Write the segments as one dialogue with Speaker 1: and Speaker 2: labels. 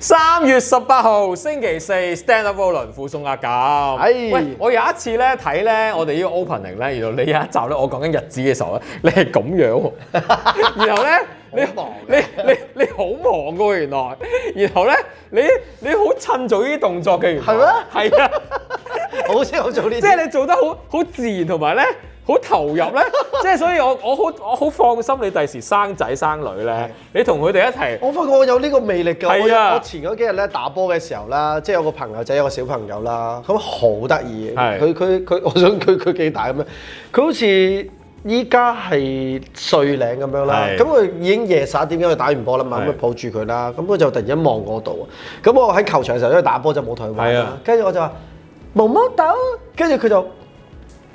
Speaker 1: 三月十八號星期四 Stand Up Roland 附送壓減。
Speaker 2: 哎
Speaker 1: 喂，我有一次咧睇咧，我哋呢個 opening 咧，原來你有一集咧，我講緊日子嘅時候咧， 你係咁 樣喎。然後咧，你
Speaker 2: 好忙啊
Speaker 1: 你你你好忙嘅喎，原來。然後咧，你你好襯做呢啲動作嘅，原來。
Speaker 2: 係咩
Speaker 1: 係 啊，
Speaker 2: 好似好做呢啲，
Speaker 1: 即係你做得好好自然，同埋咧。好投入咧，即係所以我我好我好放心你第時生仔生女咧，你同佢哋一齊
Speaker 2: 我發覺我有呢個魅力㗎。
Speaker 1: 係啊
Speaker 2: 我我前嗰幾日咧打波嘅時候啦，即係有個朋友仔有個小朋友啦，咁好得意
Speaker 1: 係
Speaker 2: 嘅。佢佢佢，我想佢佢幾大咁樣？佢好似依家係睡領咁樣啦。
Speaker 1: 係
Speaker 2: 咁佢已經夜十一點，因為打完波啦嘛，
Speaker 1: 係
Speaker 2: 咁咪抱住佢啦。咁佢就突然間望我度，啊咁我喺球場嘅時候因為打波就冇同佢玩
Speaker 1: 係
Speaker 2: 啦
Speaker 1: 啊。
Speaker 2: 跟住我就話毛毛豆，跟住佢就。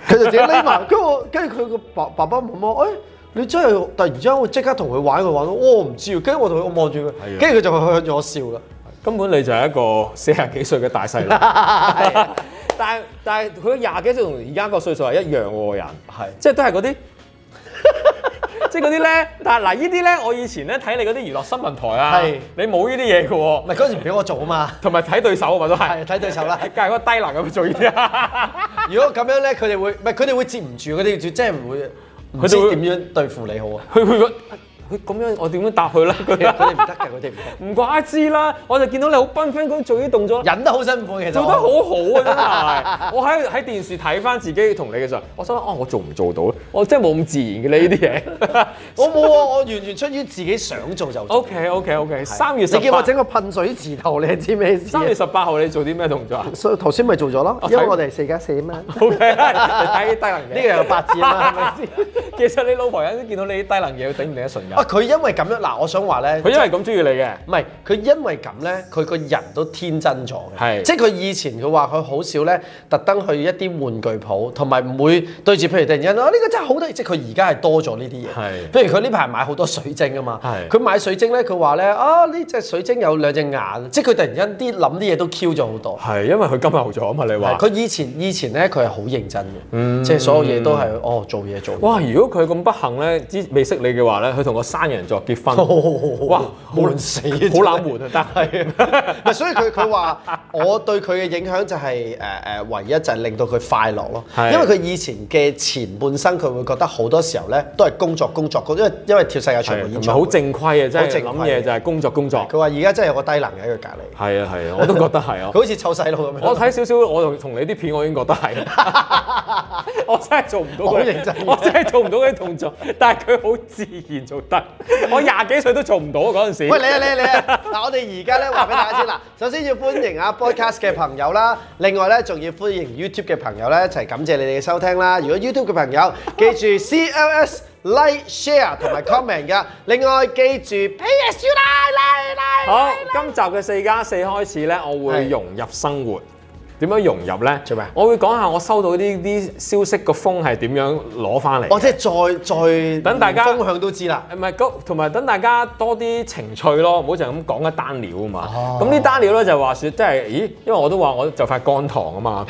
Speaker 2: 佢就自己匿埋， 跟住我跟住佢個爸爸爸媽媽，誒、哎你真係突然之間會即刻同佢玩，佢玩到，哦我唔知喎，跟住我同佢我望住佢
Speaker 1: 啊，
Speaker 2: 跟住佢就向住我笑啦。
Speaker 1: 根本你就係一個四十幾歲嘅大細佬，但係但係佢廿幾歲同而家個歲數係一樣喎，人
Speaker 2: 係
Speaker 1: 即係都係嗰啲， 即係嗰啲咧。但係嗱，呢啲咧，我以前咧睇你嗰啲娛樂新聞台啊
Speaker 2: 係，
Speaker 1: 你冇呢啲嘢嘅喎
Speaker 2: 唔，係嗰陣時唔俾我做啊嘛，
Speaker 1: 同埋睇對手啊嘛都係
Speaker 2: 係，睇對手 啦。
Speaker 1: 梗係嗰個低能咁做呢啲啊，
Speaker 2: 如果咁樣咧，佢哋會唔係佢哋會接唔住，佢哋即係唔會唔
Speaker 1: 佢
Speaker 2: 知
Speaker 1: 哋會
Speaker 2: 點樣對付你好啊。
Speaker 1: 佢佢個佢咁樣，我點樣答佢
Speaker 2: 佢
Speaker 1: 咧？
Speaker 2: 哋唔得㗎，佢哋唔得，
Speaker 1: 唔怪之啦，我就見到你好繽紛咁做呢啲動作。
Speaker 2: 忍得好辛苦嘅其實
Speaker 1: 做得好
Speaker 2: 我。
Speaker 1: 好啊！真係，我喺喺電視睇翻自己同你嘅時候，我心諗哦，我做唔做到咧？我真係冇咁自然嘅呢啲嘢。
Speaker 2: 我冇啊！我完全出於自己想做 就做。
Speaker 1: O K O K O K，三月十
Speaker 2: 你叫
Speaker 1: 八
Speaker 2: 我，整個噴水池頭，你知咩事啊
Speaker 1: 三？月十八號你做啲咩動作啊
Speaker 2: 所以頭先咪做咗咯，
Speaker 1: 我睇
Speaker 2: 因為我哋四加四啊嘛。呢
Speaker 1: ？O K，你睇低能嘢。
Speaker 2: 個有八字啊嘛，係咪先？
Speaker 1: 其實你老婆有陣時見到你啲低能嘢，佢頂唔頂得順㗎？
Speaker 2: 啊！佢因為咁樣嗱，我想話咧，
Speaker 1: 佢因為咁中意你嘅，
Speaker 2: 唔係佢因為咁咧，佢個人都天真咗嘅，
Speaker 1: 係
Speaker 2: 即係佢以前佢話佢好少咧，特登去一啲玩具鋪，同埋唔會對住譬如突然間啊呢、個真係好得意，即係佢而家係多咗呢啲嘢。
Speaker 1: 係
Speaker 2: 譬如佢呢排買好多水晶啊嘛
Speaker 1: 係，
Speaker 2: 佢買水晶咧，佢話咧啊呢隻水晶有兩隻眼，即係佢突然間啲諗啲嘢都 Q 咗好多。
Speaker 1: 係因為佢金牛座啊嘛，你話
Speaker 2: 係。佢以前以前咧，佢係好認真嘅，
Speaker 1: 嗯
Speaker 2: 即係所有嘢都係哦做嘢做嘢。
Speaker 1: 哇！如果佢咁不幸咧，之未識你嘅話咧，佢同個山羊座結婚，哇
Speaker 2: 哇！ 悶死，
Speaker 1: 好冷門啊！但係
Speaker 2: 唔係，所 以佢佢話我對佢嘅影響就係誒誒，唯一就係令到佢快樂咯
Speaker 1: 係。
Speaker 2: 因為佢以前嘅前半生，佢會覺得好多時候咧都係工作工作，因為因為跳世界巡迴演
Speaker 1: 唔係
Speaker 2: 唱
Speaker 1: 好
Speaker 2: 會。
Speaker 1: 正規嘅，真
Speaker 2: 好
Speaker 1: 係
Speaker 2: 正規
Speaker 1: 諗嘢就係工作工作。
Speaker 2: 佢話而家真係有個低能喺佢隔離，
Speaker 1: 係啊係啊，我都覺得係啊
Speaker 2: 佢。好似湊細路咁樣。
Speaker 1: 我睇少少，我同同你啲片，我已經覺得係， 我真係做唔到
Speaker 2: 好
Speaker 1: 佢
Speaker 2: 認真嘅
Speaker 1: 我真係做唔到嗰啲動作，但係佢好自然做 得，我廿幾歲都做唔到嗰陣時。
Speaker 2: 喂，你啊你啊你啊！嗱，我哋而家咧話俾大家知 啦，首先要歡迎啊 Podcast 嘅朋友啦，另外咧仲要歡迎 YouTube 嘅朋友咧，一齊感謝你哋嘅收聽啦。如果 YouTube 嘅 朋友記住 CLS like share 同埋 comment 噶，另外記住 PS 啦啦啦。
Speaker 1: 好，今集嘅四加四開始咧，我會
Speaker 2: 係
Speaker 1: 融入生活。點樣融入咧？
Speaker 2: 做咩啊
Speaker 1: 我會講下我收到呢啲消息個風係點樣攞翻嚟嘅。
Speaker 2: 我即係再再
Speaker 1: 等大家
Speaker 2: 連風向都知啦。
Speaker 1: 唔係咁同埋等大家多啲情趣咯，唔好就咁講一單料啊嘛
Speaker 2: 哦。
Speaker 1: 咁呢單料咧就話説，即係咦，因為我都話我就快乾糖啊 嘛。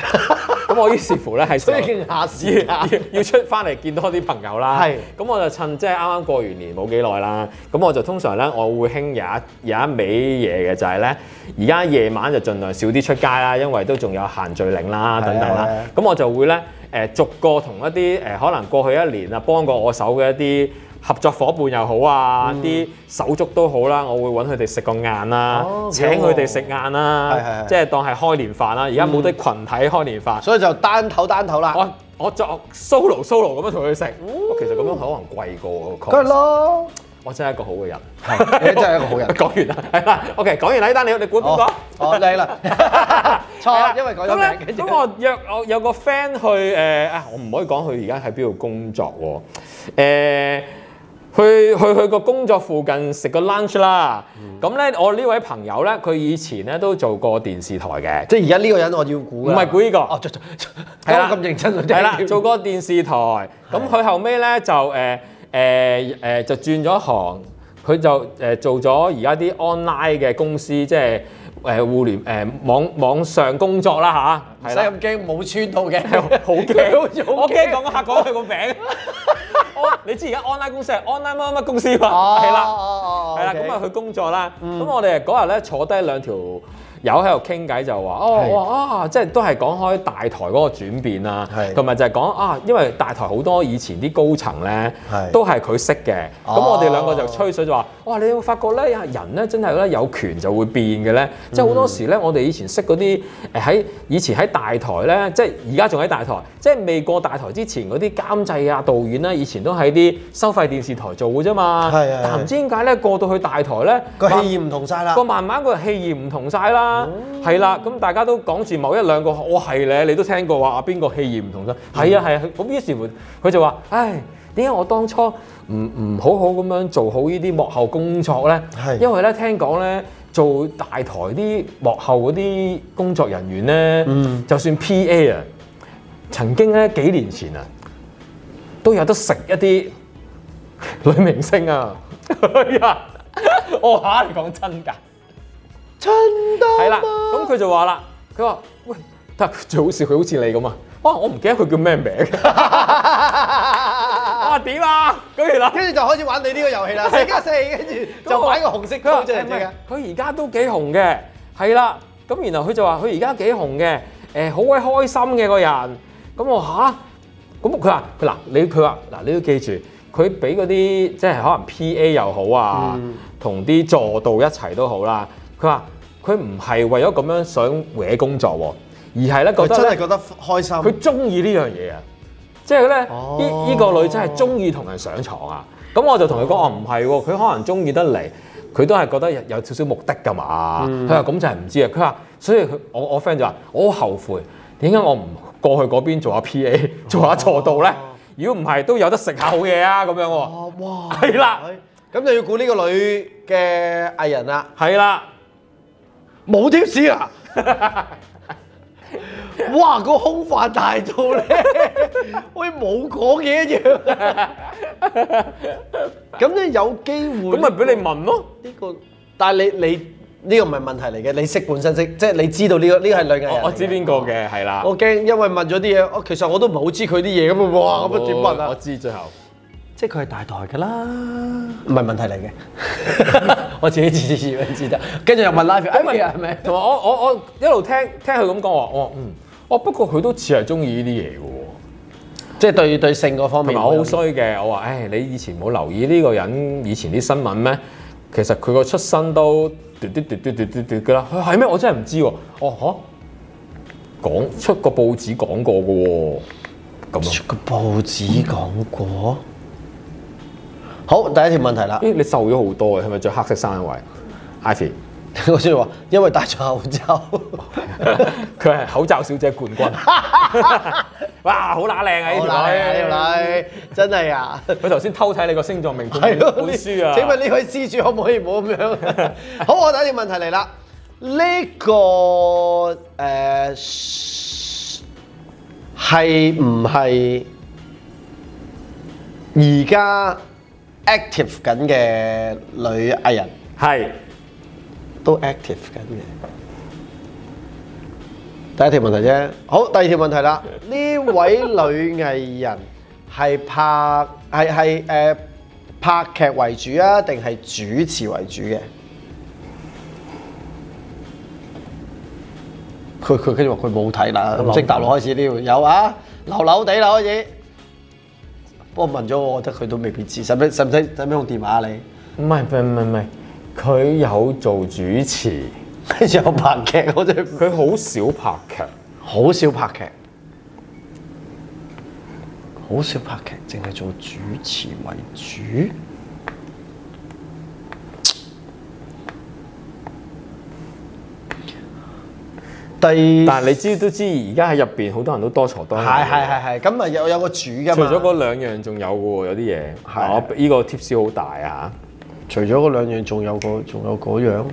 Speaker 1: 咁我於是乎咧係
Speaker 2: 所以勁下事
Speaker 1: 要
Speaker 2: 啊！
Speaker 1: 要要出翻嚟見多啲朋友啦。
Speaker 2: 係
Speaker 1: 咁我就趁即係啱啱過完年冇幾耐啦。咁我就通常咧，我會興有一有一味嘢嘅，就係咧，而家夜晚就盡量少啲出街啦，因為都仲有限聚令啦等等啦
Speaker 2: 係啊。
Speaker 1: 咁我就會咧誒、逐個同一啲誒、可能過去一年啊幫過我手嘅一啲。合作伙伴又好啊，啲、手足都好啦，我會揾佢哋食個晏啦，
Speaker 2: 哦
Speaker 1: 請佢哋食晏
Speaker 2: 係係
Speaker 1: 啦，
Speaker 2: 係
Speaker 1: 即係當係開年飯啦。而家冇得群體開年飯，
Speaker 2: 所以就單頭單頭啦。
Speaker 1: 我我作 solo solo 咁樣同佢食，其實咁樣可能貴過個 cost
Speaker 2: 梗係咯，
Speaker 1: 我真係一個好嘅人。
Speaker 2: 你真係一個 好人。
Speaker 1: 講完啦，係啦，OK，講完啦呢單你你 估邊
Speaker 2: 哦
Speaker 1: 個？
Speaker 2: 哦，你啦，
Speaker 1: 係啦
Speaker 2: 錯，因為改咗
Speaker 1: 咁
Speaker 2: 名，
Speaker 1: 咧
Speaker 2: 跟住
Speaker 1: 咁我約我有個 friend 去誒啊，我唔可以講佢而家喺邊度工作喎。誒，去去去個工作附近食個 lunch 啦。咁咧，我呢位朋友咧，佢以前咧都做過電視台嘅。
Speaker 2: 即係而家呢個人我要估㗎
Speaker 1: 唔係估呢個
Speaker 2: 哦，做做做
Speaker 1: 係啦
Speaker 2: 咁認真啊，真
Speaker 1: 係啦，
Speaker 2: 要
Speaker 1: 做過電視台，咁佢後尾咧就呃誒誒誒呃就轉咗行，佢就誒、呃做咗而家啲 online 嘅公司，即係誒互聯誒網網上工作啦
Speaker 2: 唔
Speaker 1: 吓，
Speaker 2: 使
Speaker 1: 係啦，
Speaker 2: 咁驚，冇穿到嘅，
Speaker 1: 好
Speaker 2: 佢
Speaker 1: 驚，
Speaker 2: 好
Speaker 1: 我驚講下講佢個名。 我你知而家 online 公司係 online 乜乜乜公司嘛？
Speaker 2: 哦，
Speaker 1: 係啦。
Speaker 2: 哦，嗯
Speaker 1: 係啦，咁啊去工作啦。咁我哋嗰日咧坐低兩條友喺度傾偈就話，哦，
Speaker 2: 係
Speaker 1: 我話啊，即係都係講開大台嗰個轉變啦
Speaker 2: 係，
Speaker 1: 同埋就係講啊，因為大台好多以前啲高層咧
Speaker 2: 係
Speaker 1: 都係佢識嘅。咁
Speaker 2: 哦
Speaker 1: 我哋兩個就吹水就話，哇！你有冇發覺咧，人咧真係咧有權就會變嘅咧，即係好多時咧，我哋以前識嗰啲誒喺以前喺大台咧，即係而家仲喺大台，即係未過大台之前嗰啲監製啊、導演啦，以前都喺啲收費電視台做嘅啫嘛。
Speaker 2: 係係
Speaker 1: 但
Speaker 2: 係
Speaker 1: 唔知點解咧過到去大台咧
Speaker 2: 個
Speaker 1: 慢
Speaker 2: 氣焰哦唔同晒啦
Speaker 1: 個。慢慢個氣焰唔同晒啦，係啦，咁大家都講住某一兩個，我係咧，你都聽過話啊邊個氣焰唔同晒，係
Speaker 2: 嗯
Speaker 1: 啊係啊，咁於是乎佢就話：，唉，點解我當初唔唔好好咁樣做好呢啲幕後工作咧
Speaker 2: 係？
Speaker 1: 因為咧聽講咧。做大台啲幕後嗰啲工作人員咧，就算 P.A. 啊，曾經咧幾年前啊，都有得食一啲女明星啊， 係啊，我嚇你講真㗎。
Speaker 2: 真得
Speaker 1: 係 啦，咁佢就話啦，佢話喂，但係佢最好笑，佢好似你咁啊，哇！我唔記得佢叫咩名，
Speaker 2: 啦，
Speaker 1: 啊點啊，咁然啦。
Speaker 2: 跟住就開始玩你呢個遊戲啦，四加四，跟住就啊擺個紅色
Speaker 1: 佢話哎
Speaker 2: 高出嚟
Speaker 1: 誒唔係
Speaker 2: 先嘅。
Speaker 1: 佢而家都幾紅嘅，係啦。咁然後佢就話佢而家幾紅嘅，誒好鬼開心嘅個人。咁我吓，咁佢話佢嗱你佢話嗱你要記住，佢俾嗰啲即係可能 P.A. 又好啊，
Speaker 2: 嗯
Speaker 1: 同啲助導一齊都好啦。佢話佢唔係為咗咁樣想搲工作喎，而係咧覺
Speaker 2: 佢
Speaker 1: 得
Speaker 2: 真
Speaker 1: 咧
Speaker 2: 係覺得開心。
Speaker 1: 佢中意呢樣嘢啊！即係咧，
Speaker 2: 哦
Speaker 1: 呢依個女仔係中意同人上床啊！咁我就同佢講：哦，唔係喎，佢可能中意得嚟，佢都係覺得有有少少目的㗎嘛。
Speaker 2: 嗯
Speaker 1: 佢話咁就係唔知啊。佢話，所以佢我我 friend 就話：我好後悔，點解我唔過去嗰邊做下
Speaker 2: 哦
Speaker 1: P.A. 做下助導咧？如果唔係，都有得食下好嘢啊！咁樣喎，
Speaker 2: 哦，哇！
Speaker 1: 係啦，
Speaker 2: 咁就要估呢個女嘅藝人啦。
Speaker 1: 係啦，
Speaker 2: 冇 t 士啊！哇，個空泛大到咧，喂冇講嘢一樣。咁咧有機會
Speaker 1: 咁啊咪俾你問咯。
Speaker 2: 呢個，但係你你呢個唔係問題嚟嘅，你識本身識，即係你知道呢個呢個係女藝人。哦
Speaker 1: 我我知邊個。嘅係啦。
Speaker 2: 我驚，因為問咗啲嘢，我其實我都唔係好知佢啲嘢咁啊！哇，咁啊點問
Speaker 1: 哦我
Speaker 2: 啊？
Speaker 1: 知最後。
Speaker 2: 即係佢係大台㗎啦，唔係問題嚟嘅。 我自己自自自知得，跟住又問 live，哎呀係咪？
Speaker 1: 同埋我我我一路聽聽佢咁講話，我話嗯，我不過佢都似係中意呢啲嘢嘅喎。
Speaker 2: 即係對對性嗰方
Speaker 1: 同
Speaker 2: 面
Speaker 1: 埋
Speaker 2: 會
Speaker 1: 我
Speaker 2: 有
Speaker 1: 好
Speaker 2: 啲，
Speaker 1: 衰嘅，我話誒你以前冇留意呢個人以前啲新聞咩？其實佢個出身都嘟嘟嘟嘟嘟嘟嘟嘅啦。佢話係咩？我真係唔知喎。哦嚇，講出個報紙講過嘅喎，咁啊？
Speaker 2: 個報紙講過。好，第一條問題啦，
Speaker 1: 咦，你瘦咗好多嘅，係咪着黑色衫嗰位？Ivy，
Speaker 2: 我先話，因為戴咗口罩，
Speaker 1: 佢係口罩小姐冠 軍。哇， 好乸靚啊！呢條
Speaker 2: 好 啦，呢
Speaker 1: 女，
Speaker 2: 條女真係啊，
Speaker 1: 佢頭先偷睇 你個星座命盤
Speaker 2: 係咯，
Speaker 1: 本書啊！
Speaker 2: 請問呢位施主可唔可以唔好咁樣？ 好，我第一條問題嚟啦，呢個呃誒係唔係而家 active 緊嘅女藝人？
Speaker 1: 係
Speaker 2: 都 active 緊嘅。第一條問題啫，好，第二條問題啦。呢位女藝人係拍係係誒拍劇為主啊，定係主持為主嘅？佢佢跟住話佢冇睇啦，咁即答落開始呢條有啊，流流地啦開始。不過問咗我，我覺得佢都未必知，使唔使使唔使使唔使用電話啊 你？
Speaker 1: 唔係唔係唔係唔係，佢有做主持，
Speaker 2: 跟住又拍劇，我真係
Speaker 1: 佢好少拍劇。
Speaker 2: 好少拍劇，好少拍劇，淨係做主持為主。第
Speaker 1: 但係你知都知，而家喺入邊好多人都多才多藝。
Speaker 2: 係係係係，咁咪有有個主噶嘛？
Speaker 1: 除咗嗰兩樣，仲有嘅喎，有啲嘢。
Speaker 2: 係
Speaker 1: 我依個 tips 好大啊！
Speaker 2: 除咗嗰兩樣，仲有個仲有嗰樣，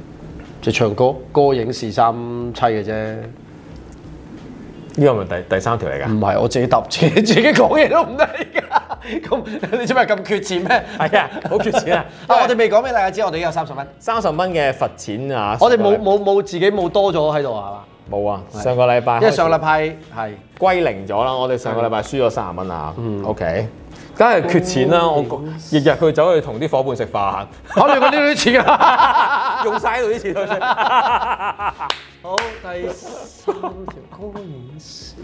Speaker 2: 就唱歌歌影視三妻嘅啫。
Speaker 1: 呢個咪第第三條嚟㗎。嗯
Speaker 2: 唔係我自己答自己自己講嘢都唔得㗎，咁 你做咩咁缺錢咩？
Speaker 1: 係啊好缺錢啊
Speaker 2: 啊，我哋未講俾大家知，我哋有三十蚊。
Speaker 1: 三十蚊嘅罰錢啊！
Speaker 2: 我哋
Speaker 1: 上
Speaker 2: 冇
Speaker 1: 個禮
Speaker 2: 冇冇自己冇多咗喺度啊，
Speaker 1: 冇啊！上個禮拜
Speaker 2: 係嘛？因為上禮
Speaker 1: 禮
Speaker 2: 拜係
Speaker 1: 歸零咗啦，我哋上個禮拜輸咗三十蚊啊。OK，梗係缺錢啦！我日日去走去同啲伙伴食飯，
Speaker 2: 考慮過呢啲錢㗎。
Speaker 1: 用晒到啲錢去
Speaker 2: 好，第三條歌影視，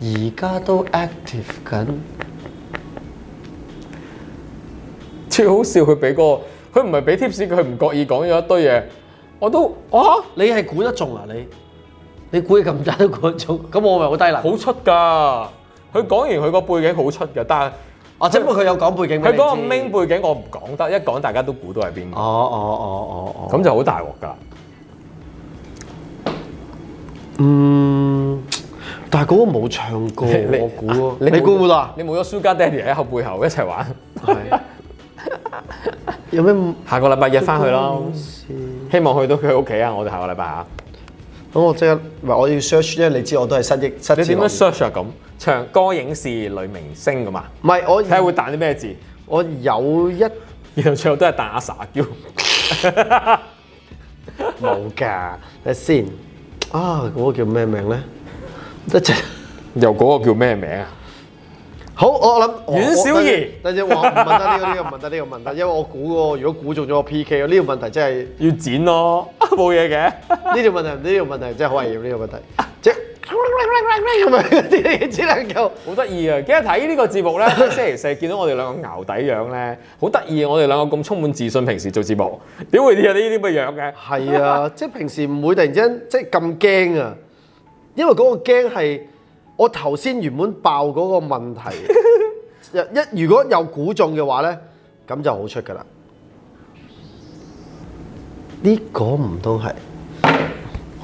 Speaker 2: 而家都 active 緊。
Speaker 1: 超好笑！佢俾個佢唔係俾 tips，佢唔覺意講咗一堆嘢，我都啊
Speaker 2: 你係估得中啊你？你估嘢咁大都估得中，咁我咪好低能。
Speaker 1: 好出㗎。佢講完佢個背景好出㗎，但係
Speaker 2: 啊，即係不過佢有講背景俾
Speaker 1: 佢嗰個
Speaker 2: 你知
Speaker 1: main 背景我唔講得，一講大家都估到係邊
Speaker 2: 哦
Speaker 1: 個，
Speaker 2: 哦哦哦哦。
Speaker 1: 咁就好大鑊㗎。
Speaker 2: 嗯，但係嗰個冇唱 歌，
Speaker 1: 你
Speaker 2: 我估
Speaker 1: 你
Speaker 2: 啊。你估唔估到啊？
Speaker 1: 你冇咗 Sugar Daddy 喺後背後一齊玩，
Speaker 2: 係。有咩？
Speaker 1: 下個禮拜日翻去啦。
Speaker 2: 咁
Speaker 1: 希望去到佢屋企啊！我哋下個禮拜嚇。
Speaker 2: 我即刻，唔係我要 search，因為你知我都係失憶失
Speaker 1: 你
Speaker 2: 智
Speaker 1: 點
Speaker 2: 樂
Speaker 1: 樣
Speaker 2: 園。
Speaker 1: search 啊？咁唱歌、影視、女明星咁啊？
Speaker 2: 唔係我
Speaker 1: 睇下會彈啲咩字，
Speaker 2: 我有一
Speaker 1: 然後最後都係彈阿 sa 叫。
Speaker 2: 冇㗎，睇下先。啊，嗰個叫咩名咧？一陣。
Speaker 1: 又嗰個叫咩名啊？
Speaker 2: 好，我諗我
Speaker 1: 阮小儀
Speaker 2: 我等陣我唔問得呢、個呢、個唔問得呢、個問得，因為我估嗰個如果估中咗我 P K，呢個問題真係
Speaker 1: 要剪咯， 冇嘢嘅。
Speaker 2: 呢條問題呢條問題真係好危險，呢個問題即係咁樣啲你只能夠
Speaker 1: 好得意啊！記得睇呢個節 目咧，星期四見到我哋兩個牛底樣咧，好得意啊！我哋兩個咁充滿自信，平時做節目點會有呢啲咁嘅樣嘅？
Speaker 2: 係啊， 即係平時唔會突然之間即係咁驚啊，因為嗰個驚係我頭先原本爆嗰個問題， 一一如果有估中嘅話咧，咁就好出㗎啦。呢、個唔都係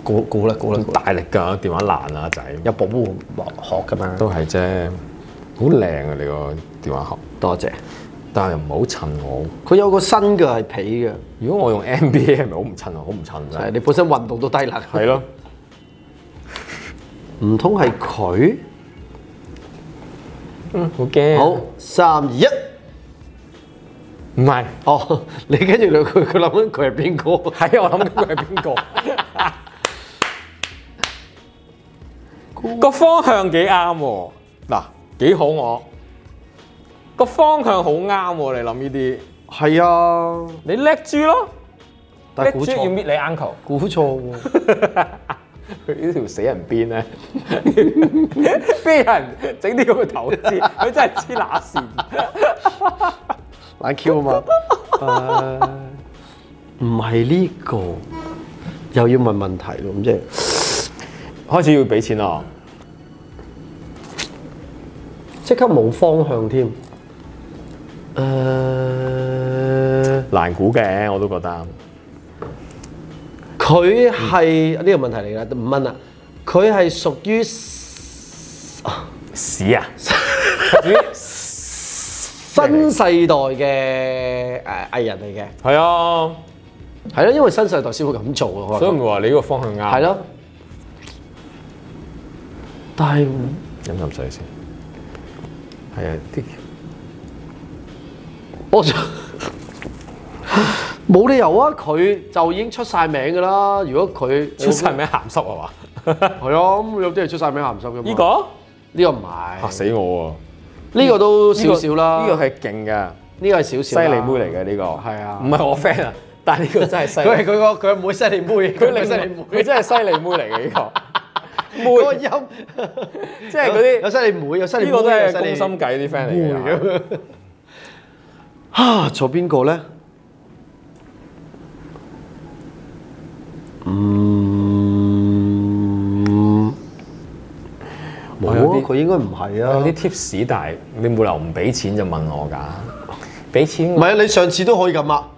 Speaker 2: 估估啦，估啦，估啦
Speaker 1: 大力㗎，電話爛啊，仔。
Speaker 2: 有保護殼㗎嘛。
Speaker 1: 都係啫，好靚啊！你個電話殼，
Speaker 2: 多謝。
Speaker 1: 但係又唔好襯我。
Speaker 2: 佢有個新嘅係皮嘅，
Speaker 1: 如果我用 NBA 係咪好唔襯啊？好唔襯
Speaker 2: 係
Speaker 1: 真係。
Speaker 2: 你本身運動都低能。
Speaker 1: 係咯，
Speaker 2: 唔通係佢？
Speaker 1: 嗯，好驚。
Speaker 2: 好，三二一。
Speaker 1: 唔係，
Speaker 2: 哦， 你跟住佢佢諗緊佢係邊個？
Speaker 1: 係啊我諗緊佢係邊個。個方向幾啱喎，嗱幾好我。個方向好啱喎，你諗呢啲，
Speaker 2: 係啊，
Speaker 1: 你叻豬咯，
Speaker 2: 但
Speaker 1: 叻
Speaker 2: 係估
Speaker 1: 豬要搣
Speaker 2: 錯，
Speaker 1: 你 uncle。
Speaker 2: 估錯喎。
Speaker 1: 佢呢條死人邊 咧，邊人整啲咁嘅投資？佢真係黐乸線。
Speaker 2: 懶 Q 啊嘛。誒，唔係呢個，又要問問題咯，咁即係。
Speaker 1: 開始要俾錢啦！
Speaker 2: 即刻冇方向添。誒、
Speaker 1: 難估嘅，我都覺得。
Speaker 2: 佢係呢個問題嚟㗎，五蚊啦。佢係屬於
Speaker 1: 屎 啊！
Speaker 2: 新世代嘅誒藝人嚟嘅，
Speaker 1: 係啊，
Speaker 2: 係咯，因為新世代先會咁做啊，可
Speaker 1: 所以
Speaker 2: 能
Speaker 1: 咪話你呢個方向啱。
Speaker 2: 係，咯。但係
Speaker 1: 飲啖水先。係啊，啲
Speaker 2: 我就冇理由啊！佢就已經出晒名㗎啦。如果佢
Speaker 1: 出晒名鹹濕係嘛？
Speaker 2: 係啊，咁有啲係出晒名鹹濕㗎嘛。
Speaker 1: 呢個
Speaker 2: 呢個唔係，
Speaker 1: 嚇死我喎！
Speaker 2: 呢個都少少啦。
Speaker 1: 呢個係勁㗎，
Speaker 2: 呢個係少
Speaker 1: 犀
Speaker 2: 少
Speaker 1: 利
Speaker 2: 啦
Speaker 1: 妹嚟嘅呢個。
Speaker 2: 係啊
Speaker 1: 唔係我 friend 啊，但係呢個真係犀利。
Speaker 2: 佢係佢個佢阿妹犀利妹，佢
Speaker 1: 另
Speaker 2: 係犀利
Speaker 1: 佢
Speaker 2: 妹，
Speaker 1: 真係犀利妹嚟嘅呢個。
Speaker 2: 嗰個
Speaker 1: 妹，
Speaker 2: 音，
Speaker 1: 即係嗰啲
Speaker 2: 有犀利妹，有犀利妹，
Speaker 1: 呢個都
Speaker 2: 有
Speaker 1: 係
Speaker 2: 犀
Speaker 1: 攻
Speaker 2: 利
Speaker 1: 心計啲 friend 嚟
Speaker 2: 妹
Speaker 1: 嘅。
Speaker 2: 咁樣。啊，做邊個咧？嗯，冇
Speaker 1: 我有
Speaker 2: 啊
Speaker 1: 啲，
Speaker 2: 佢應該唔係
Speaker 1: 有
Speaker 2: 啊
Speaker 1: 啲。tips，但係你冇理由唔俾錢就問我㗎。俾錢
Speaker 2: 唔係啊，你上次都可以咁啊。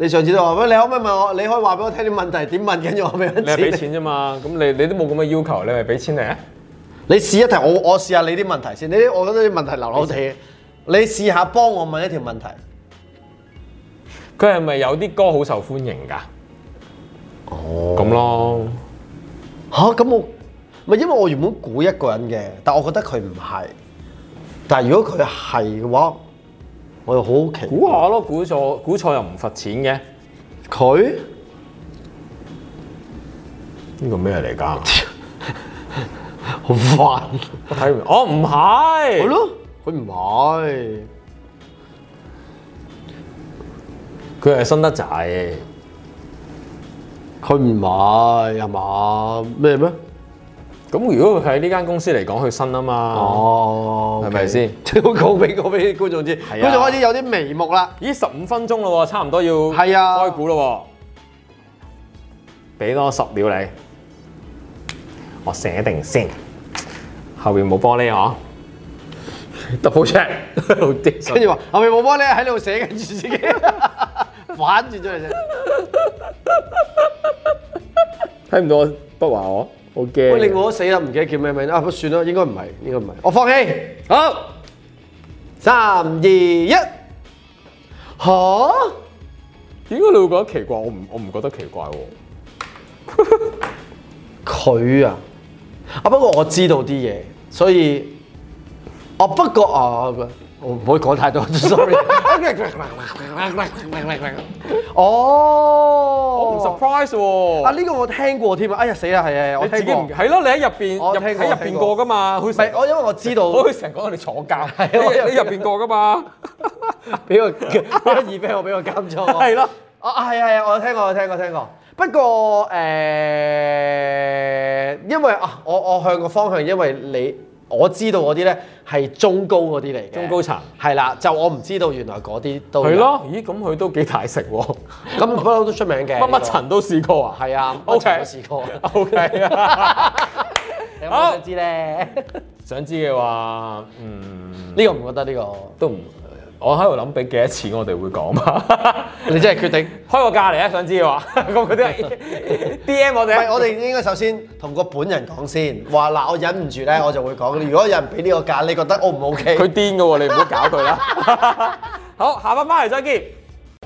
Speaker 2: 你上次都話喂，你可唔可以問我？你可以話俾我聽啲問題點問，跟住我俾
Speaker 1: 你係俾
Speaker 2: 你。
Speaker 1: 錢啫嘛，咁你你都冇咁嘅要求，你咪俾錢嚟啊！
Speaker 2: 你試一題，我我試下你啲問題先。你啲我覺得啲問題流流地嘅，你試下幫我問一條問題。
Speaker 1: 佢係咪有啲歌好受歡迎㗎？
Speaker 2: 哦，
Speaker 1: 咁咯，
Speaker 2: 嚇咁我咪因為我原本估一個人嘅，但我覺得佢唔係。但係如果佢係嘅話，我又好好奇
Speaker 1: 估下咯，估錯估錯又唔罰錢嘅。
Speaker 2: 佢
Speaker 1: 呢個咩嚟㗎？
Speaker 2: 好煩，
Speaker 1: 我睇唔，哦唔係，
Speaker 2: 係咯，佢唔係
Speaker 1: 佢係新得滯，
Speaker 2: 佢唔係係嘛咩咩？
Speaker 1: 咁如果佢喺呢間公司嚟講，佢新啊嘛。
Speaker 2: 哦，
Speaker 1: 係咪 先？
Speaker 2: 即係我講俾講俾觀眾知，
Speaker 1: 係啊
Speaker 2: 觀眾開始有啲眉目啦。
Speaker 1: 咦，十五分鐘咯喎，差唔多要
Speaker 2: 係啊
Speaker 1: 開估咯喎，俾多十秒你，我寫定先，後面冇玻璃嗬，double check，好啲
Speaker 2: 跟住話後面冇幫你喺度寫緊住自 己，反轉咗嚟啫。
Speaker 1: 睇唔到我不話我，好驚。
Speaker 2: 喂，令我死啦，唔記得叫咩名啊！不算啦，應該唔係，應該唔係，我放棄。好，三二一，嚇！
Speaker 1: 點解你會覺得奇怪？我唔我唔覺得奇怪喎。
Speaker 2: 佢啊，啊不過我知道啲嘢，所以我不過啊，我唔可以講太多 ，sorry。
Speaker 1: 我唔
Speaker 2: 哦，
Speaker 1: surprise 喎。
Speaker 2: 啊呢個我聽過添啊！哎呀死啦，係係，我
Speaker 1: 你自
Speaker 2: 聽
Speaker 1: 己唔
Speaker 2: 過。
Speaker 1: 係咯？你喺入邊
Speaker 2: 我
Speaker 1: 入
Speaker 2: 聽過
Speaker 1: 喺入邊過㗎嘛？好
Speaker 2: 唔係我因為我知道，
Speaker 1: 我佢成日講我哋坐監，
Speaker 2: 我入邊
Speaker 1: 你你入邊過㗎嘛？
Speaker 2: 俾 個俾個耳俾我，俾個監倉我。
Speaker 1: 係咯。
Speaker 2: 啊啊係啊係啊，我有聽過，我有聽過，聽過。不過誒、因為啊，我我向個方向，因為你我知道嗰啲咧係中高嗰啲嚟嘅，
Speaker 1: 中高層
Speaker 2: 係啦，就我唔知道原來嗰啲都有
Speaker 1: 係，咯，咦咁佢都幾大食喎，
Speaker 2: 咁不嬲都出名嘅，
Speaker 1: 乜乜
Speaker 2: 呢個
Speaker 1: 層都試過啊？
Speaker 2: 係啊，乜
Speaker 1: OK
Speaker 2: 層都試過，
Speaker 1: O K 啊，
Speaker 2: 你有冇
Speaker 1: 好
Speaker 2: 想知咧？
Speaker 1: 想知嘅話，嗯，
Speaker 2: 呢個唔覺得呢、個，
Speaker 1: 都唔，我喺度諗俾幾多錢我哋會講嘛？
Speaker 2: 你真係決定。
Speaker 1: 開個價嚟啊！想知嘅話，咁佢都係 D M 我
Speaker 2: 唔
Speaker 1: 哋
Speaker 2: 係，
Speaker 1: 啊。
Speaker 2: 我哋應該首先同個本人講先，話嗱，我忍唔住咧，我就會講。如果有人俾呢個價，你覺得 O 唔 O K？
Speaker 1: 佢癲嘅喎，你唔好搞佢啦。 好，下班翻嚟再見。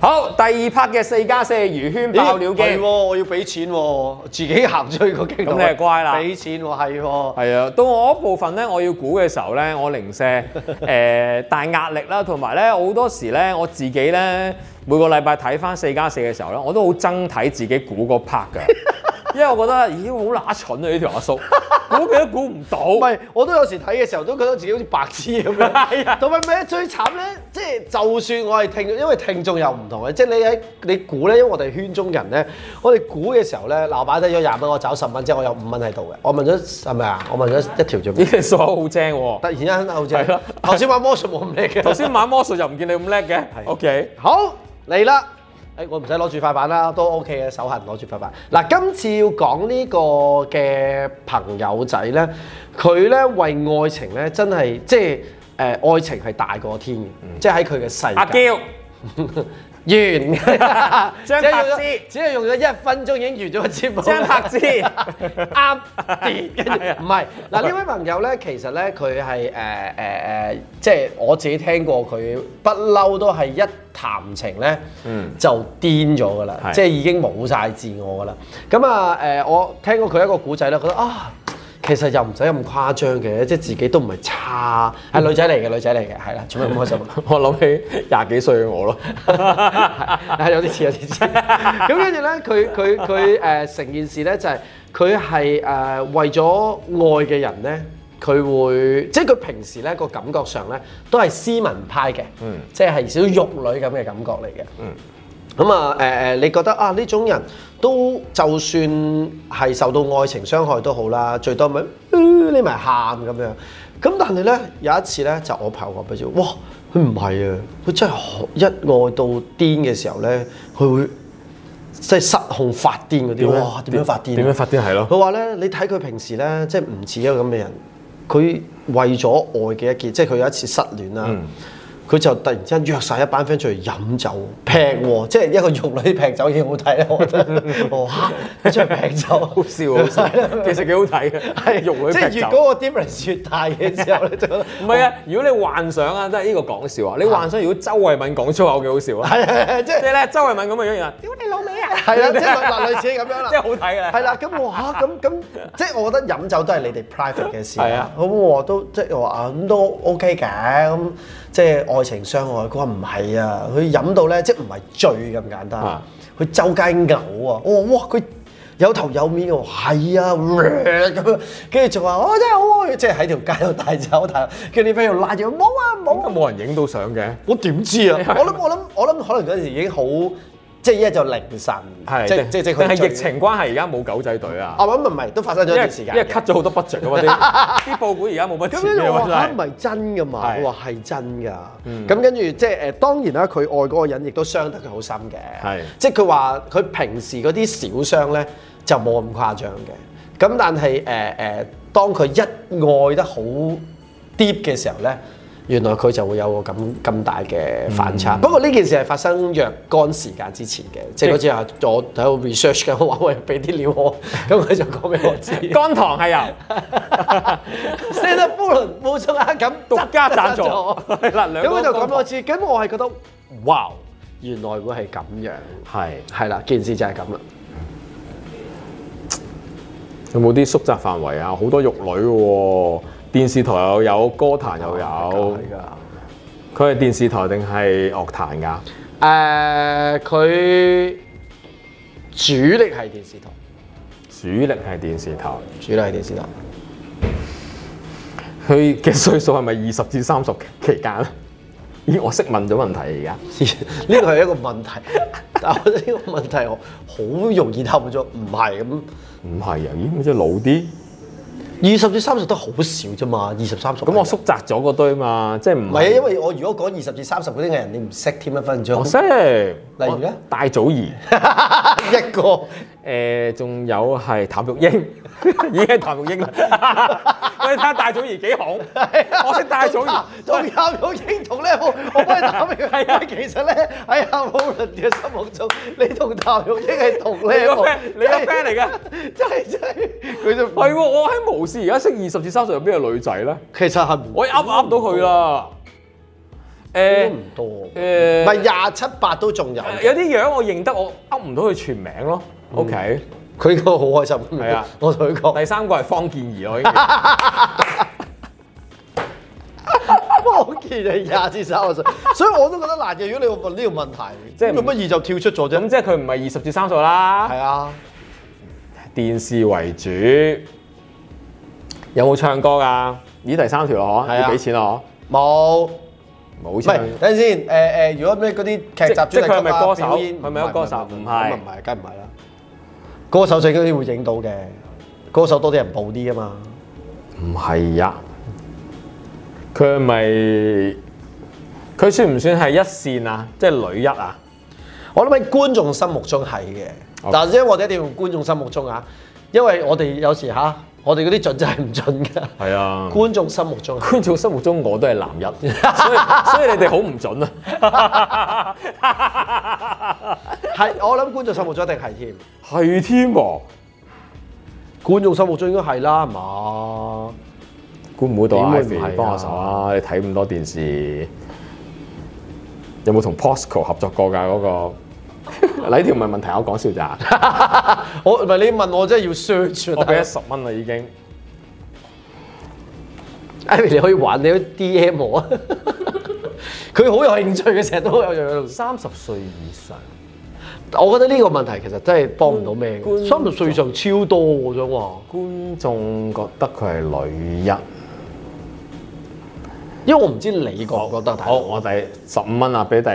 Speaker 1: 好，第二 part 嘅四加四魚圈
Speaker 2: 咦
Speaker 1: 爆料
Speaker 2: 係喎，
Speaker 1: 嘅，
Speaker 2: 我要俾錢喎，自己行出去個鏡頭。
Speaker 1: 咁你係乖啦
Speaker 2: 俾錢喎，係喎。
Speaker 1: 係啊，到我嗰部分咧，我要估嘅時候咧，我零舍 誒大壓力啦，同埋咧好多時咧我自己咧每個禮拜睇翻四加四嘅時候咧，我都好憎睇自己估嗰 part 㗎，因為我覺得咦好乸蠢啊呢條阿叔，估幾都估唔到。
Speaker 2: 唔係，我都有時睇嘅時候都覺得自己好似白痴咁
Speaker 1: 係啊
Speaker 2: 樣。同埋咩最慘咧？即係就算我係聽眾，因為聽眾又唔同嘅，即係你喺你估咧，因為我哋圈中人咧，我哋估嘅時候咧，嗱我擺低咗廿蚊，我找十蚊之後，我有五蚊喺度嘅。我問咗係咪啊？我問咗一條
Speaker 1: 呢
Speaker 2: 啫嘛。
Speaker 1: 條數好正喎
Speaker 2: 突，然間好
Speaker 1: 係
Speaker 2: 正
Speaker 1: 啦。
Speaker 2: 頭先玩魔術我唔叻嘅。
Speaker 1: 頭先玩魔術又唔見你咁叻嘅
Speaker 2: 係
Speaker 1: ，OK。
Speaker 2: 好嚟啦！誒、我唔使攞住塊板啦，都 OK 嘅，手痕攞住塊板。嗱，今次要講呢個嘅朋友仔呢，佢呢為愛情呢，真係即係誒、呃、愛情係大過天嘅，即係喺佢嘅世界。
Speaker 1: 嗯阿嬌，張柏芝
Speaker 2: 完，只係用咗 只係用咗一分鐘已經完咗個節目。
Speaker 1: 張柏芝
Speaker 2: 啱
Speaker 1: 啊
Speaker 2: 跌，跟住唔係嗱呢位朋友咧，其實咧佢係誒誒誒，即係我自己聽過佢不嬲都係一談情咧，就癲咗噶啦，
Speaker 1: 嗯係
Speaker 2: 即係已經冇晒自我噶啦。咁啊誒，我聽過佢一個古仔咧，覺得啊。其實又唔使咁誇張嘅，即係自己都唔係差，係女仔嚟嘅，女仔嚟嘅，係啦，做咩咁開心啊？
Speaker 1: 嗯 我諗起廿幾歲嘅我咯。
Speaker 2: 係有啲似有啲似。咁跟住咧，佢佢佢誒成件事咧就係佢係誒為咗愛嘅人咧，佢會即係佢平時咧個感覺上咧都係斯文派嘅，嗯，即係少少玉女咁嘅感覺嚟嘅，嗯。咁啊誒誒，你覺得啊呢種人都就算係受到愛情傷害都好啦，最多咪呃匿埋喊咁樣。咁但係咧有一次咧，就我朋友話俾我知，哇！佢唔係啊，佢真係好一愛到癲嘅時候咧，佢會即係失控發癲嗰啲，哇！點樣發癲？啊
Speaker 1: 點樣發癲啊係咯
Speaker 2: 佢話咧，你睇佢平時咧，即係
Speaker 1: 嗯
Speaker 2: 唔似一個咁嘅人。佢為咗愛嘅一件，即係佢有一次失戀啦。佢佢就突然之間約晒一班 friend 出去飲酒劈喎，即係一個玉女劈酒已經好睇啦，我覺得。 哦，嚇！出去劈酒，好
Speaker 1: 笑啊好笑，其實幾好睇啊嘅，
Speaker 2: 係
Speaker 1: 肉女
Speaker 2: 即係
Speaker 1: 劈
Speaker 2: 越
Speaker 1: 酒
Speaker 2: 嗰個 difference 越大嘅時候咧，就 覺得
Speaker 1: 唔係啊！如果你幻想啊，真係呢個講笑啊！你幻想如果周慧敏講粗口幾好笑啊！
Speaker 2: 係係係
Speaker 1: 即
Speaker 2: 即係
Speaker 1: 係咧，周慧敏咁嘅樣啊！屌你老味啊！
Speaker 2: 係啦，即係嗱類似咁樣 啦
Speaker 1: 即。係好睇嘅。
Speaker 2: 係啦，咁我嚇咁咁， 即係我覺得飲酒都係你哋 private 嘅事。
Speaker 1: 係啊
Speaker 2: 咁我都即係我話啊，咁都 OK 嘅，咁即係愛情傷害。佢話唔係啊，佢飲到咧，即係唔係醉咁簡單
Speaker 1: 啊，
Speaker 2: 佢周街嘔啊！我話哇，佢有頭有面嘅喎，係啊，咁樣跟住就話哦我真係好啊愛，即係喺條街度大走大，跟住啲 friend 又拉住我冇啊冇啊
Speaker 1: 咁冇人影到相嘅。
Speaker 2: 我點知啊？我諗我諗我諗，可能嗰陣時已經好，即係一就凌晨，
Speaker 1: 定
Speaker 2: 即即即
Speaker 1: 定
Speaker 2: 佢
Speaker 1: 係
Speaker 2: 醉
Speaker 1: 疫情關係，而家冇狗仔隊啊
Speaker 2: 啊！！唔唔係，都發生咗
Speaker 1: 因
Speaker 2: 一
Speaker 1: 為
Speaker 2: 段時間
Speaker 1: 因為 cut
Speaker 2: 嘅。
Speaker 1: 咗好多 budget 嘅嘛， 啲啲報館而家冇乜錢
Speaker 2: 咁跟住
Speaker 1: 嘅
Speaker 2: 我
Speaker 1: 喎，
Speaker 2: 話
Speaker 1: 真
Speaker 2: 嚇
Speaker 1: 係。
Speaker 2: 唔係真噶嘛？
Speaker 1: 係嗯
Speaker 2: 我話係真㗎。咁跟住即係誒，當然啦，佢愛嗰個人亦都傷得佢好深嘅。
Speaker 1: 係
Speaker 2: 即係佢話佢平時嗰啲小傷咧就冇咁誇張嘅。咁但係誒誒，當佢一愛得好 deep 嘅時候咧。原來佢就會有個咁咁大嘅反差。
Speaker 1: 嗯
Speaker 2: 不過呢件事係發生若干時間之前嘅，即係嗰次啊，我喺度 research 緊，我話喂俾啲料我，咁佢就講俾我知。
Speaker 1: 乾糖係啊油，
Speaker 2: Stand Up Poland 冇錯啊，咁
Speaker 1: 獨家贊助係啦兩個
Speaker 2: 咁佢就
Speaker 1: 公
Speaker 2: 講
Speaker 1: 佈
Speaker 2: 俾我知，咁我係覺得，哇，原來會係咁樣，
Speaker 1: 係
Speaker 2: 係啦，件事就係咁啦。
Speaker 1: 有冇啲縮窄範圍啊？好多玉女喎，電視台又有，歌壇又有
Speaker 2: 係。㗎。
Speaker 1: 佢係電視台定係樂壇㗎？
Speaker 2: 誒，佢主力係電視台，
Speaker 1: 主力係電視台。
Speaker 2: 主力係電視台。
Speaker 1: 佢嘅歲數係咪二十至三十期間咧？咦，我識問咗問題而家。
Speaker 2: 呢個係一個問題， 但我覺得呢個問題我好容易答咗，唔係咁。
Speaker 1: 唔係啊，咦，咁即係老啲。
Speaker 2: 二十至三十都好少啫嘛，二十三十。啊
Speaker 1: 咁我縮窄咗嗰堆嘛，即係唔
Speaker 2: 唔係啊，因為我如果講二十至三十嗰啲藝人，你唔識添一分
Speaker 1: 我
Speaker 2: 鐘。
Speaker 1: 識。例
Speaker 2: 如咧
Speaker 1: 大祖兒，
Speaker 2: 一個
Speaker 1: 誒，仲有係譚玉英， 已經係譚玉英啦。 喂，你睇下大祖兒幾紅，
Speaker 2: 啊
Speaker 1: 我識大祖 兒。
Speaker 2: 同譚玉英同咧，我我幫你打俾佢。
Speaker 1: 係啊
Speaker 2: 喂其實咧喺阿無倫嘅心目中，你同譚玉英係同
Speaker 1: 你個
Speaker 2: level，
Speaker 1: friend，你個 friend 嚟㗎。
Speaker 2: 真係真係，佢就
Speaker 1: 係喎，我喺無視而家識二十至三十入邊嘅女仔咧，
Speaker 2: 其實係唔
Speaker 1: 我噏噏到佢啦。誒
Speaker 2: 唔多，
Speaker 1: 誒
Speaker 2: 唔係廿七八都仲有，
Speaker 1: 有啲樣我認得，我噏唔到佢全名咯。OK，
Speaker 2: 嗯佢應該好開心。
Speaker 1: 係啊
Speaker 2: 我同佢講，
Speaker 1: 第三個係方健儀咯，已 經
Speaker 2: 我見你廿至三十歲，所以我都覺得難嘅。如果你問呢個問題，
Speaker 1: 即
Speaker 2: 即
Speaker 1: 係
Speaker 2: 係做乜二就跳出咗
Speaker 1: 咁
Speaker 2: 啫？
Speaker 1: 即係佢唔係二十至三十啦
Speaker 2: 係。啊，
Speaker 1: 電視為主，有冇唱歌㗎？咦，第三條咯，
Speaker 2: 係啊
Speaker 1: 要俾錢咯，
Speaker 2: 冇。
Speaker 1: 冇
Speaker 2: 唔係
Speaker 1: 唱。，
Speaker 2: 等陣先。誒、誒，如果咩嗰啲劇集
Speaker 1: 即
Speaker 2: 主題
Speaker 1: 即佢係
Speaker 2: 曲
Speaker 1: 咪
Speaker 2: 啊
Speaker 1: 歌手
Speaker 2: 表演
Speaker 1: 佢咪有歌手唔係
Speaker 2: 咁啊唔係，梗唔係啦。歌手最緊要會影到嘅，歌手多啲人報啲啊嘛。
Speaker 1: 唔係呀，佢係咪佢算唔算係一線啊？即係女一啊？
Speaker 2: 我諗喺觀眾心目中係嘅，但係即係我哋一定要用觀眾心目中啊，因為我哋有時吓，我哋嗰啲準就係唔準㗎。
Speaker 1: 係啊
Speaker 2: 觀眾心目中係
Speaker 1: 觀眾心目中我都係男一， 所以所以你哋好唔準啊！
Speaker 2: 係我諗觀眾心目中一定係添。
Speaker 1: 係添喎，
Speaker 2: 觀眾心目中應該係啦，係嘛？
Speaker 1: 估唔估到啊
Speaker 2: 點會唔係啊
Speaker 1: Ivy，幫下手啊！你睇咁多電視，有冇同 Posco 合作過㗎嗰、 個？呢條唔係問題，我講笑咋。
Speaker 2: 我唔係你問我真係要 search 啊
Speaker 1: 我
Speaker 2: 大
Speaker 1: 俾
Speaker 2: 佬
Speaker 1: 咗十蚊啦已經。
Speaker 2: Ivy 哎你可以玩，你可以 DM 我 啊！佢好有興趣嘅，成日都好有樣嘢
Speaker 1: 三十歲以上，
Speaker 2: 度。我覺得呢個問題其實真係幫唔到咩
Speaker 1: 觀
Speaker 2: 嘅，三十歲上超多我想話，
Speaker 1: 觀眾覺得佢係女一。
Speaker 2: 因為我唔知你覺唔覺得，大
Speaker 1: 好，
Speaker 2: 佬
Speaker 1: 我第十五蚊啊，俾第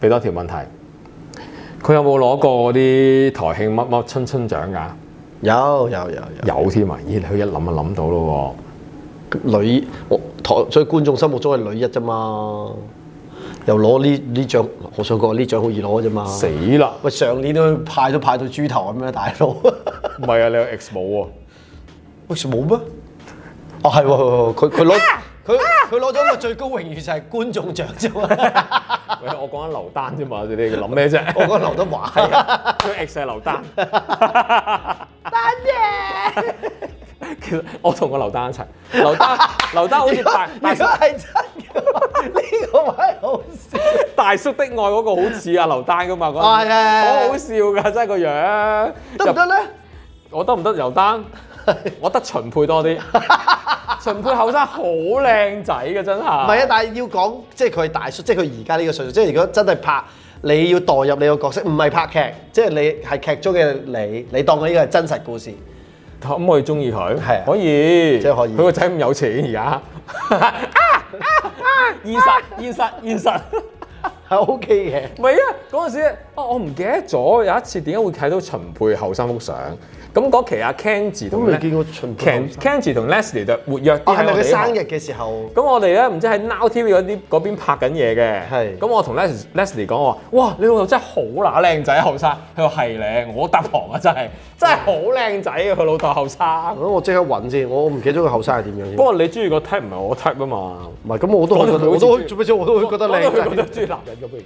Speaker 1: 俾多條問題。佢有冇攞過嗰啲台慶乜乜春春獎㗎？
Speaker 2: 有有有
Speaker 1: 有添啊！咦，佢一諗就諗到咯
Speaker 2: 有女我台，所以觀眾心目中係女一啫嘛，又攞呢呢獎，我想講呢獎好易攞啫嘛。
Speaker 1: 喎，死啦！
Speaker 2: 喂，上年都派都派到豬頭咁樣，大佬，
Speaker 1: 唔係啊，你有 X 冇喎，
Speaker 2: 喂冇咩？哦係喎，係喎係喎佢佢攞佢佢攞咗個最高榮譽就係觀眾獎啫 嘛。
Speaker 1: 喂，我講緊劉丹啫嘛，你哋諗咩啫？
Speaker 2: 我講劉德華，啊
Speaker 1: 佢 ex 係劉丹，其實我同個劉丹一齊，劉丹 劉丹好似 大
Speaker 2: 如果
Speaker 1: 大叔
Speaker 2: 係真嘅話，呢個位好笑。
Speaker 1: 大叔的愛嗰個好似啊劉丹噶嘛，嗰個
Speaker 2: 啊係係係
Speaker 1: 好好笑㗎，真係個樣
Speaker 2: 得唔得咧？
Speaker 1: 我得唔得劉 丹？我得秦沛多啲，秦沛後生好靚仔嘅真係。
Speaker 2: 唔係啊，但係要講，即係佢係大叔，即係佢而家呢個歲數，即係如果真係拍，你要代入你個角色，唔係拍劇，即係你係劇中嘅你，你當佢呢個係真實故事。
Speaker 1: 可唔可以中意佢？
Speaker 2: 係啊
Speaker 1: 可以，
Speaker 2: 即係可以
Speaker 1: 佢個仔咁有錢而家。啊啊啊！現實，現實，現實。
Speaker 2: 係 OK 嘅，
Speaker 1: 唔係啊，嗰陣時啊，我唔記得咗有一次點解會睇到秦沛後生幅相。咁嗰期阿 Kenji 同
Speaker 2: 咁你見過秦沛後
Speaker 1: Ken
Speaker 2: 生
Speaker 1: Kenji 同 Leslie 就活躍
Speaker 2: 哦
Speaker 1: 啲
Speaker 2: 係
Speaker 1: 喺
Speaker 2: 咪
Speaker 1: 我
Speaker 2: 佢
Speaker 1: 哋呢
Speaker 2: 生
Speaker 1: 行
Speaker 2: 日嘅時候？
Speaker 1: 咁我哋咧唔知喺 Now TV 嗰啲嗰邊拍緊嘢嘅，
Speaker 2: 係
Speaker 1: 咁我同 Les Leslie 講我話：，哇，你老豆真係好乸靚仔後生。佢話係咧，我搭旁啊，真係真係好靚仔啊！佢老豆後生。
Speaker 2: 咁我即刻揾先，我唔記得咗佢後生係點樣先
Speaker 1: 不。過你中意個 type 唔係我 type 啊嘛。
Speaker 2: 唔係，咁我都可以覺得，我
Speaker 1: 我都
Speaker 2: 都可以做咩啫？我都可以覺得
Speaker 1: 我都
Speaker 2: 靚仔。
Speaker 1: 中意男人咁而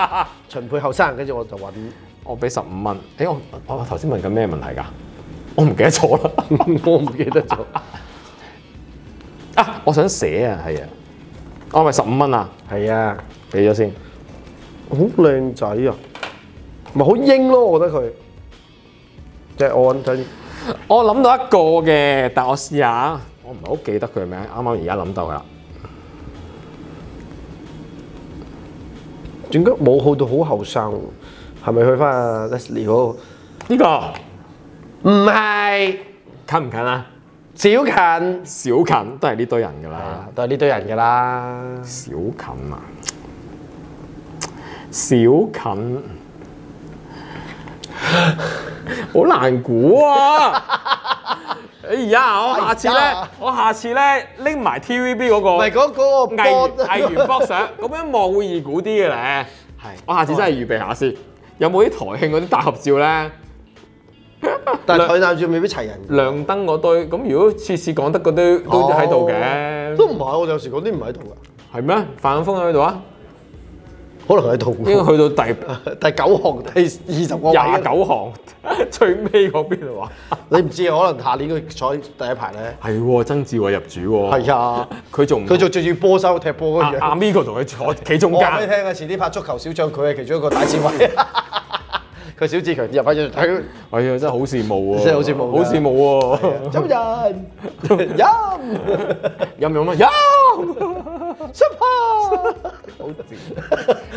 Speaker 1: 家。
Speaker 2: 秦沛後生，跟住我就揾。
Speaker 1: 我俾十五蚊。誒、我我頭先問緊咩問題㗎？我唔記得咗啦。
Speaker 2: 我唔記得咗。
Speaker 1: 啊，我想寫啊，係啊。我咪十五蚊啊，
Speaker 2: 係啊，
Speaker 1: 俾咗先。
Speaker 2: 好靚仔啊，咪好英咯，我覺得佢。即係我揾緊。
Speaker 1: 我諗到一個嘅，但我試下，我唔係好記得佢名，啱啱而家諗到㗎啦。
Speaker 2: 點解冇好到好後生？係咪去翻阿 Leslie 嗰度？
Speaker 1: 呢、個
Speaker 2: 唔係，
Speaker 1: 近唔近啊？
Speaker 2: 小近
Speaker 1: 小近都係呢堆人㗎啦。
Speaker 2: 都係呢堆人㗎啦。
Speaker 1: 小近啊，小近，好難估啊！哎呀，我下次
Speaker 2: 哎
Speaker 1: 咧
Speaker 2: 呀，
Speaker 1: 我下次咧拎埋 TVB 嗰
Speaker 2: 唔係
Speaker 1: 個
Speaker 2: 嗰嗰個
Speaker 1: 藝員
Speaker 2: board
Speaker 1: 藝員 box 相，咁樣望會易估啲嘅咧。
Speaker 2: 係
Speaker 1: 我下次真係預備下先，有冇啲台慶嗰啲大合照咧？
Speaker 2: 但係佢男住未必齊人。
Speaker 1: 亮燈嗰堆，咁如果次次講得嗰堆都喺度
Speaker 2: 哦
Speaker 1: 嘅，
Speaker 2: 都唔係，我有時講啲唔喺度㗎，
Speaker 1: 係咩？范永峰喺度啊，
Speaker 2: 可能喺度㗎。
Speaker 1: 應該去到第
Speaker 2: 第九行第二十
Speaker 1: 哦
Speaker 2: 個位啊
Speaker 1: 廿，九行 最尾嗰邊啊話，
Speaker 2: 你唔知可能下年佢坐第一排咧。
Speaker 1: 係喎，曾志偉入主喎，
Speaker 2: 係啊，
Speaker 1: 佢仲
Speaker 2: 佢仲着住波衫踢波嗰
Speaker 1: 阿
Speaker 2: 樣。
Speaker 1: 阿 Migo 同佢坐 企中
Speaker 2: 我話俾你
Speaker 1: 間，
Speaker 2: 啊聽啊，遲啲拍足球小將，佢係其中一個打字位。佢小志強入翻咗睇，
Speaker 1: 哎呀真係好羨慕啊喎，
Speaker 2: 真係好羨慕㗎
Speaker 1: 好羨慕
Speaker 2: 嗯
Speaker 1: 喎，
Speaker 2: 飲人飲
Speaker 1: 有冇乜？有，
Speaker 2: super，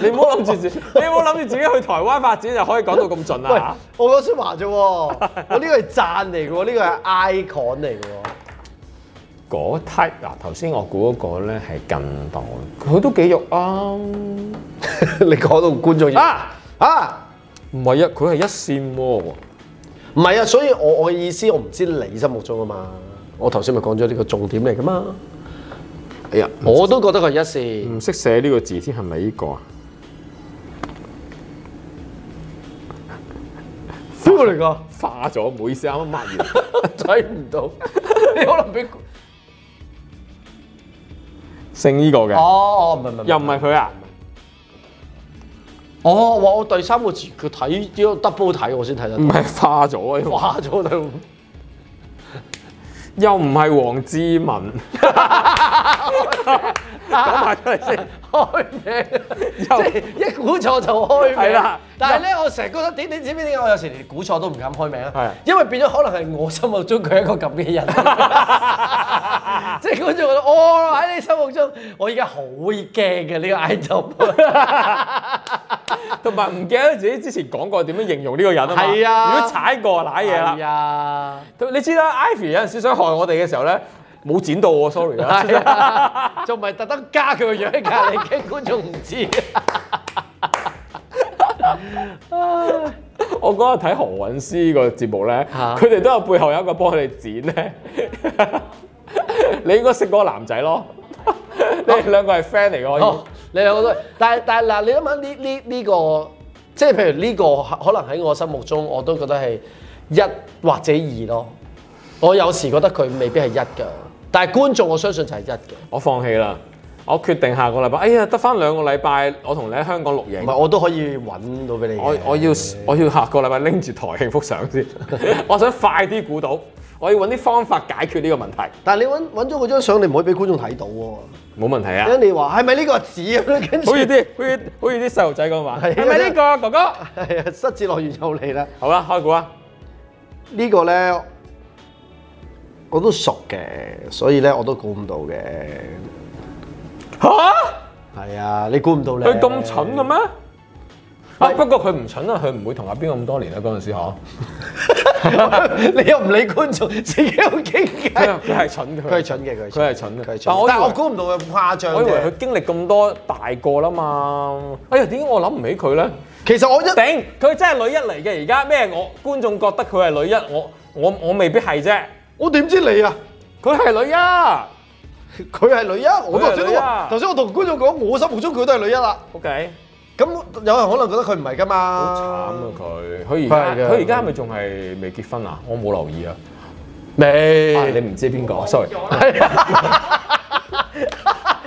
Speaker 1: 你唔好諗住自，你唔好諗住自己去台灣發展就可以講到咁盡啊
Speaker 2: 喂
Speaker 1: 啦，
Speaker 2: 我講 super 啫喎，我呢個係讚嚟嘅喎，呢個係 icon 嚟嘅喎，
Speaker 1: 嗰 type 嗱頭先我估嗰個咧係近代，佢都幾肉啊，
Speaker 2: 你講到觀眾要
Speaker 1: 啊
Speaker 2: 啊！
Speaker 1: 唔係啊，佢係一線喎。
Speaker 2: 唔係啊，所以我我嘅意思，我唔知你心目中啊嘛。我頭先咪講咗呢個重點嚟噶嘛。嗯
Speaker 1: 哎呀，我
Speaker 2: 我都覺得佢係一線。
Speaker 1: 唔識寫呢個字添，係咪呢個啊？
Speaker 2: 邊個嚟㗎？
Speaker 1: 化咗，唔好意思，啱啱抹完。
Speaker 2: 睇唔到，你可能俾
Speaker 1: 姓呢個
Speaker 2: 哦
Speaker 1: 嘅，
Speaker 2: 哦，唔係唔係，
Speaker 1: 又唔係佢啊？
Speaker 2: 哦，哇！我第三個字佢睇只有 double 睇我先睇得
Speaker 1: 唔
Speaker 2: 到，
Speaker 1: 係化咗啊，
Speaker 2: 化咗就
Speaker 1: 又唔係黃志文。講埋出嚟先，
Speaker 2: 開名，即係一估錯就開名。
Speaker 1: 係啦
Speaker 2: 但係咧，我成日覺得點點知唔知點解我有時連估錯都唔敢開名
Speaker 1: 係
Speaker 2: 啊？因為變咗可能係我心目中佢係一個咁 嘅人，即係觀眾覺得哦喺你心目中，我而家好驚嘅呢個 item。
Speaker 1: 同埋唔記得自己之前講過點樣形容呢個人啊嘛。
Speaker 2: 係啊
Speaker 1: 如果踩過就瀨嘢
Speaker 2: 係
Speaker 1: 啦。
Speaker 2: 啊，
Speaker 1: 咁你知啦，Ivy 有陣時想害我哋嘅時候咧，冇剪到我，sorry
Speaker 2: 係
Speaker 1: 啊。
Speaker 2: 啊，仲唔係特登加佢個樣喺隔離，驚觀眾唔知。
Speaker 1: 我嗰日睇何韻詩個節目咧，
Speaker 2: 嚇
Speaker 1: 佢哋都有背後有一個幫佢哋剪咧。 你應該識嗰個男仔咯，你哋兩個係 friend 嚟嘅可以
Speaker 2: 哦。，你兩個都係，但係但係嗱，你諗下呢呢呢個，即係譬如呢、個，可能喺我心目中我都覺得係一或者二咯。我有時覺得佢未必係一㗎，但係觀眾我相信就係一嘅，
Speaker 1: 我放棄啦，我決定下個禮拜，哎呀，得翻兩個禮拜，我同你喺香港錄
Speaker 2: 唔
Speaker 1: 影。
Speaker 2: 係我都可以揾到俾你嘅。
Speaker 1: 我我要我要下個禮拜拎住台慶福相先， 我想快啲估到，我要揾啲方法解決呢個問題。
Speaker 2: 但係你揾揾咗嗰張相，你唔可以俾觀眾睇到喎。
Speaker 1: 冇問題啊！
Speaker 2: 因為你話係咪呢個紙咁跟住
Speaker 1: 好似啲好似好似啲細路仔咁話，
Speaker 2: 係啊
Speaker 1: 係咪呢個哥哥？
Speaker 2: 係啊，失智樂園又嚟啦。
Speaker 1: 好啦，開估啊！
Speaker 2: 呢個咧我都熟嘅，所以咧我都估唔到嘅。
Speaker 1: 嚇，
Speaker 2: 係啊，你估唔到咧？
Speaker 1: 佢咁蠢嘅咩？啊！不過佢唔蠢啊，佢唔會同阿邊個咁多年啦。嗰陣時嗬，
Speaker 2: 你又唔理觀眾，自己好傾偈
Speaker 1: 佢。佢係蠢嘅，
Speaker 2: 佢係蠢嘅，佢
Speaker 1: 佢係蠢嘅
Speaker 2: 佢係蠢
Speaker 1: 但我
Speaker 2: 但
Speaker 1: 以
Speaker 2: 我
Speaker 1: 為
Speaker 2: 估唔到佢咁誇張
Speaker 1: 我以為
Speaker 2: 啫
Speaker 1: 佢。經歷咁多大個啦嘛。哎呀，點解我諗唔起佢咧？
Speaker 2: 其實我一
Speaker 1: 頂，佢真係女一嚟嘅。而家咩？我觀眾覺得佢係女一，我我我未必係啫。
Speaker 2: 我點知你啊？
Speaker 1: 佢係女啊一
Speaker 2: 佢係女一，啊我頭
Speaker 1: 佢係
Speaker 2: 先都
Speaker 1: 女一啊
Speaker 2: 話，頭先我同觀眾講，我心目中佢都係女一啊啦。
Speaker 1: ，OK。
Speaker 2: 咁有人可能覺得佢唔係㗎嘛？
Speaker 1: 好慘啊！佢，佢而
Speaker 2: 係嘅
Speaker 1: 家佢而家係咪仲係未結婚啊？我冇留意啊。啊你
Speaker 2: 你
Speaker 1: 唔知邊個？sorry。我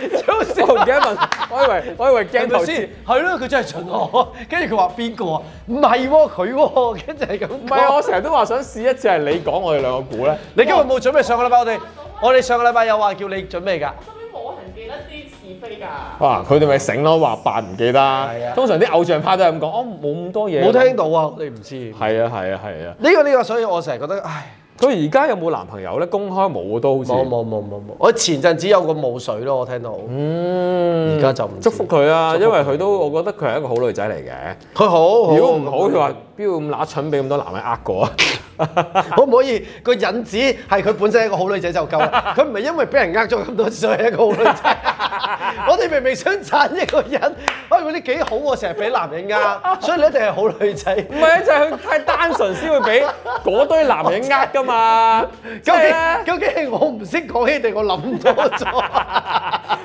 Speaker 1: 唔 記得問，我以為我以為鏡頭先。？
Speaker 2: 係咯，佢真係蠢我。 跟住佢話邊個啊？唔係喎，佢喎。 跟住係咁。唔
Speaker 1: 唔係，我，啊成日都話想試一次係你講，我哋兩個估咧。
Speaker 2: 你今日冇準備上個禮拜我哋，我哋上個禮拜有話叫你準備㗎。
Speaker 3: 身邊冇人記得啲是非㗎。
Speaker 1: 哇！佢哋咪醒咯，話扮唔記
Speaker 2: 啊
Speaker 1: 得。通常啲偶像派都係咁講，哦冇咁多嘢。
Speaker 2: 冇聽到啊，我哋唔知。
Speaker 1: 係啊係啊係啊！
Speaker 2: 呢個呢個，所以我成日覺得，唉，
Speaker 1: 佢而家有冇男朋友咧？公開冇都好似。
Speaker 2: 冇冇冇冇冇。我前陣子有個霧水咯，我聽到。
Speaker 1: 嗯
Speaker 2: 而家就唔知
Speaker 1: 祝福佢啊，因為佢都，我覺得佢係一個好女仔嚟嘅。
Speaker 2: 佢好，
Speaker 1: 如果唔好，佢話邊有咁乸蠢，俾咁多男人呃 過啊？
Speaker 2: 可唔可以個引子係佢本身係一個好女仔就夠 啦？佢唔係因為俾人呃咗咁多次，所以係一個好女仔。 我哋明明想讚一個人，哎喂嗰啲幾好喎，成日俾男人呃，所以你一定係好 女仔。
Speaker 1: 唔係啊，就係佢太單純先會俾嗰堆男人呃噶 嘛。即
Speaker 2: 究
Speaker 1: 係啊
Speaker 2: 竟究竟係我唔識講起定我諗多咗？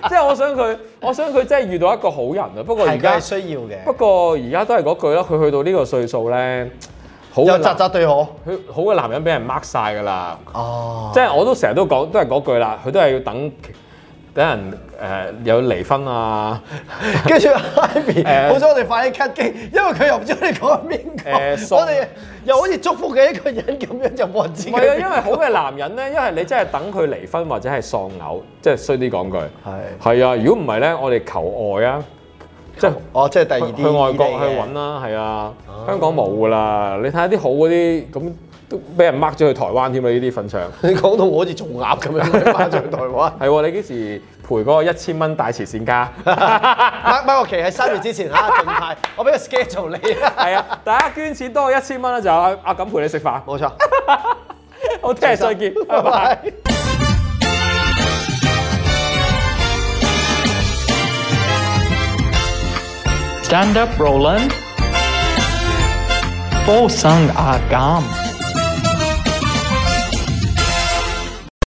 Speaker 1: 即係我想佢，我想佢真係遇到一個好人啊。不過而
Speaker 2: 係佢
Speaker 1: 家
Speaker 2: 係，需要嘅，
Speaker 1: 不過而家都係嗰句啦。佢去到呢個歲數咧，好
Speaker 2: 又
Speaker 1: 嘅
Speaker 2: 扎
Speaker 1: 男，
Speaker 2: 扎對我。
Speaker 1: 佢好嘅男人俾人 mark 晒㗎啦。
Speaker 2: 哦，
Speaker 1: 即係我都成日都講，都係嗰句啦。佢都係要等等人誒、呃有離婚啊。
Speaker 2: 跟住 Ivy，
Speaker 1: 誒
Speaker 2: 好彩我哋快啲 cut 機，因為佢又唔知我哋講緊邊
Speaker 1: 誒喪
Speaker 2: 個，我哋又好似祝福嘅一個人咁樣，就冇人知
Speaker 1: 唔
Speaker 2: 佢
Speaker 1: 係啊，
Speaker 2: 係邊
Speaker 1: 因
Speaker 2: 個。
Speaker 1: 為好嘅男人 咧，因為你真係等佢離婚或者係喪偶，即係衰啲講句。係啊，如果唔係咧，我哋求愛啊，即係
Speaker 2: 哦，即係第二
Speaker 1: 去
Speaker 2: 啲
Speaker 1: 去外國
Speaker 2: 異地嘅
Speaker 1: 去揾啦，係啊，香港冇噶啦。你睇下啲好嗰啲，咁都俾人 mark 咗去台灣添啦，呢啲份上。
Speaker 2: 你講到我好似做鴨咁樣，翻咗去台 灣。
Speaker 1: 係喎，你幾時賠嗰個一千蚊大慈善 家？
Speaker 2: mark mark 個期喺三月之前嚇，盡快，我俾 個 schedule 你啊。
Speaker 1: 係啊，大家捐錢多過一千蚊咧，就阿阿錦陪你食飯。
Speaker 2: 冇錯，
Speaker 1: 好，聽日 再見，拜
Speaker 2: 拜
Speaker 1: 拜。
Speaker 2: 拜。
Speaker 4: Stand up, Roland. Fosang agam.